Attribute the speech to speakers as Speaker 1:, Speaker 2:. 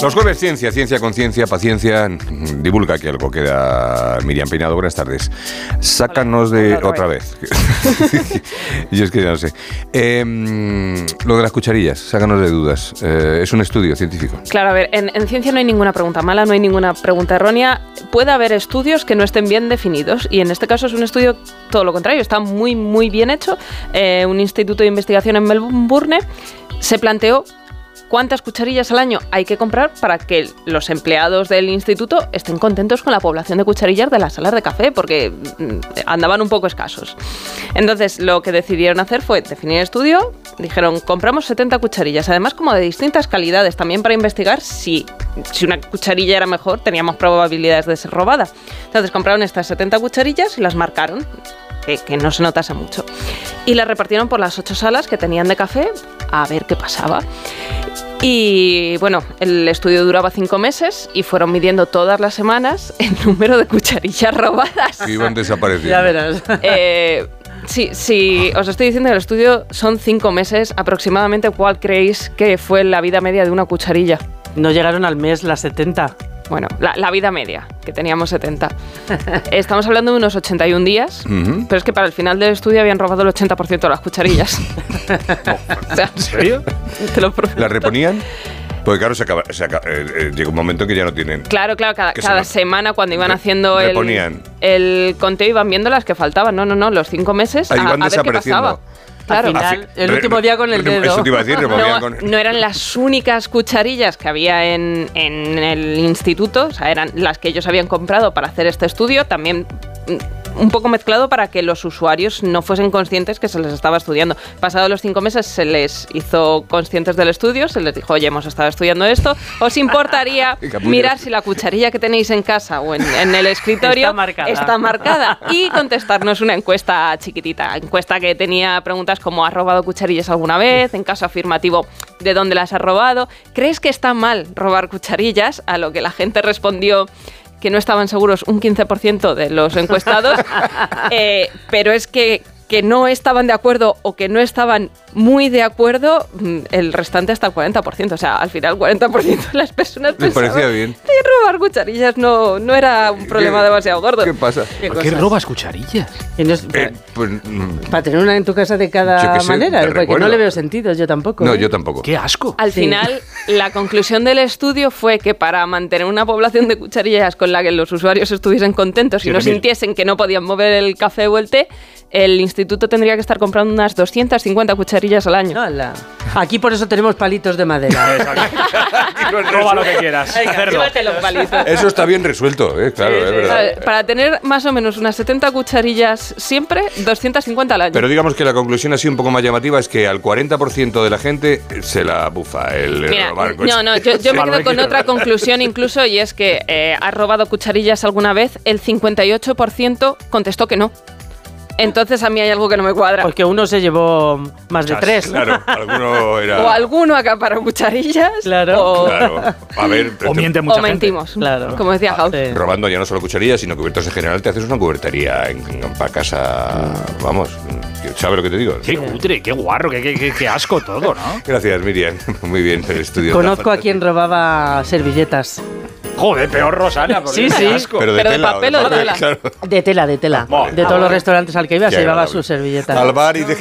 Speaker 1: Los jueves ciencia, ciencia, conciencia, paciencia. Divulga que algo queda. Miriam Peinado, buenas tardes. Sácanos de
Speaker 2: Hola,
Speaker 1: otra vez. Yo es que ya no sé. Eh, lo de las cucharillas, sácanos de dudas. Eh, es un estudio científico.
Speaker 2: Claro, a ver, en, en ciencia no hay ninguna pregunta mala, no hay ninguna pregunta errónea. Puede haber estudios que no estén bien definidos y en este caso es un estudio todo lo contrario, está muy, muy bien hecho. Eh, un instituto de investigación en Melbourne se planteó cuántas cucharillas al año hay que comprar para que los empleados del instituto estén contentos con la población de cucharillas de las salas de café, porque mm, andaban un poco escasos. Entonces, lo que decidieron hacer fue definir el estudio, dijeron, compramos 70 cucharillas, además como de distintas calidades, también para investigar si, si una cucharilla era mejor, teníamos probabilidades de ser robada. Entonces, compraron estas 70 cucharillas y las marcaron. Que, que no se notase mucho. Y las repartieron por las ocho salas que tenían de café a ver qué pasaba. Y bueno, el estudio duraba cinco meses y fueron midiendo todas las semanas el número de cucharillas robadas.
Speaker 1: Que iban desapareciendo.
Speaker 3: Ya verás.
Speaker 2: Eh, sí, sí, os estoy diciendo que el estudio son cinco meses aproximadamente. ¿Cuál creéis que fue la vida media de una cucharilla?
Speaker 3: No llegaron al mes las 70.
Speaker 2: Bueno, la, la vida media, que teníamos 70. Estamos hablando de unos 81 días,
Speaker 1: Ujú.
Speaker 2: pero es que para el final del estudio habían robado el 80% de las cucharillas. O sea,
Speaker 1: ¿En serio?
Speaker 2: te lo prometo.
Speaker 1: ¿Las reponían? Porque claro, se acaba, se acaba- eh, eh, llega un momento que ya no tienen.
Speaker 2: Claro, claro, cada,
Speaker 1: Que
Speaker 2: cada
Speaker 1: se lo-
Speaker 2: semana cuando iban
Speaker 1: re-
Speaker 2: haciendo el,
Speaker 1: reponían.
Speaker 2: el conteo iban viendo las que faltaban. No, no, no, los cinco meses
Speaker 1: Ahí
Speaker 2: a,
Speaker 1: van
Speaker 2: a ver qué
Speaker 1: desapareciendo.
Speaker 2: pasaba.
Speaker 3: Al
Speaker 2: Claro.
Speaker 3: final,
Speaker 1: Así-
Speaker 3: el
Speaker 1: re-
Speaker 3: último día con el
Speaker 1: re-
Speaker 3: dedo.
Speaker 1: Eso te iba a decir, removían
Speaker 2: No,
Speaker 1: con-
Speaker 2: no eran las únicas cucharillas que había en, en el instituto, o sea, eran las que ellos habían comprado para hacer este estudio, también mm, un poco mezclado para que los usuarios no fuesen conscientes que se les estaba estudiando. Pasados los cinco meses se les hizo conscientes del estudio, se les dijo, oye, hemos estado estudiando esto, ¿os importaría
Speaker 1: Capullo.
Speaker 2: mirar si la cucharilla que tenéis en casa o en, en el escritorio
Speaker 3: Está marcada.
Speaker 2: está marcada? Y contestarnos una encuesta chiquitita, encuesta que tenía preguntas como ¿has robado cucharillas alguna vez? En caso afirmativo, ¿de dónde las has robado? ¿Crees que está mal robar cucharillas? A lo que la gente respondió que no estaban seguros un 15% de los encuestados, Eh, pero es que que no estaban de acuerdo o que no estaban muy de acuerdo, mm, el restante hasta el 40%. O sea, al final el 40% de las personas
Speaker 1: Les
Speaker 2: pensaban
Speaker 1: parecía bien.
Speaker 2: que robar cucharillas no, no era un problema
Speaker 1: ¿Qué-
Speaker 2: demasiado gordo.
Speaker 1: ¿Qué pasa?
Speaker 4: ¿Por qué robas cucharillas?
Speaker 3: Y no es-
Speaker 1: Eh, pues, mm,
Speaker 3: Para tener una en tu casa de
Speaker 1: Yo
Speaker 3: cada
Speaker 1: qué sé,
Speaker 3: manera,
Speaker 1: de
Speaker 3: porque
Speaker 1: recuerdo.
Speaker 3: no le veo sentido, yo tampoco.
Speaker 1: no,
Speaker 3: ¿eh?
Speaker 1: yo tampoco.
Speaker 4: ¡Qué asco!
Speaker 2: Al
Speaker 3: Sí.
Speaker 2: final, la conclusión del estudio fue que para mantener una población de cucharillas con la que los usuarios estuviesen contentos y no
Speaker 4: 7.000.
Speaker 2: sintiesen que no podían mover el café o el té, el instituto tendría que estar comprando unas 250 cucharillas al año.
Speaker 3: Hola. Aquí por eso tenemos palitos de madera. eh,
Speaker 4: Roba lo que quieras. Cerdo.
Speaker 2: Llévate los palitos.
Speaker 1: Eso está bien resuelto, eh, claro,
Speaker 3: Sí,
Speaker 1: es
Speaker 3: sí.
Speaker 1: verdad.
Speaker 2: Para- Para tener más o menos unas 70 cucharillas siempre, 250 al año.
Speaker 1: Pero digamos que la conclusión así un poco más llamativa es que al 40% de la gente se la bufa el
Speaker 2: Mira,
Speaker 1: robar coche.
Speaker 2: no, no, yo, yo pues me
Speaker 4: Vale,
Speaker 2: quedo con
Speaker 4: quiero-
Speaker 2: otra conclusión incluso y es que eh, ¿has robado cucharillas alguna vez? El 58% contestó que no. Entonces a mí hay algo que no me cuadra.
Speaker 3: Porque uno se llevó más de
Speaker 1: Ah,
Speaker 3: tres.
Speaker 1: Claro, alguno era.
Speaker 2: O alguno acapara cucharillas.
Speaker 3: Claro.
Speaker 1: Oh.
Speaker 2: O,
Speaker 1: Claro. A ver,
Speaker 4: O
Speaker 1: te-
Speaker 4: miente
Speaker 2: o
Speaker 4: mucha gente.
Speaker 2: mentimos.
Speaker 3: Claro.
Speaker 2: Como decía House.
Speaker 3: Sí.
Speaker 1: robando ya no solo cucharillas, sino cubiertos en general, te haces una cubertería en, en- para casa. Vamos, ¿sabes lo que te digo?
Speaker 4: ¡Qué cutre! ¡Qué guarro! Qué, qué- qué- qué asco todo, ¿no?
Speaker 1: Gracias, Miriam. Muy bien, el estudio.
Speaker 3: Conozco
Speaker 1: está
Speaker 3: a quien robaba servilletas.
Speaker 4: Joder, peor Rosana. porque
Speaker 3: Sí,
Speaker 4: qué
Speaker 3: sí.
Speaker 4: asco.
Speaker 1: Pero de,
Speaker 2: Pero de
Speaker 1: tela,
Speaker 2: papel o de tela.
Speaker 1: claro.
Speaker 3: De tela, de tela.
Speaker 4: Bueno.
Speaker 3: De todos los restaurantes al que iba
Speaker 1: Qué
Speaker 3: se llevaba
Speaker 1: agradable.
Speaker 3: sus servilletas.
Speaker 1: Al bar y de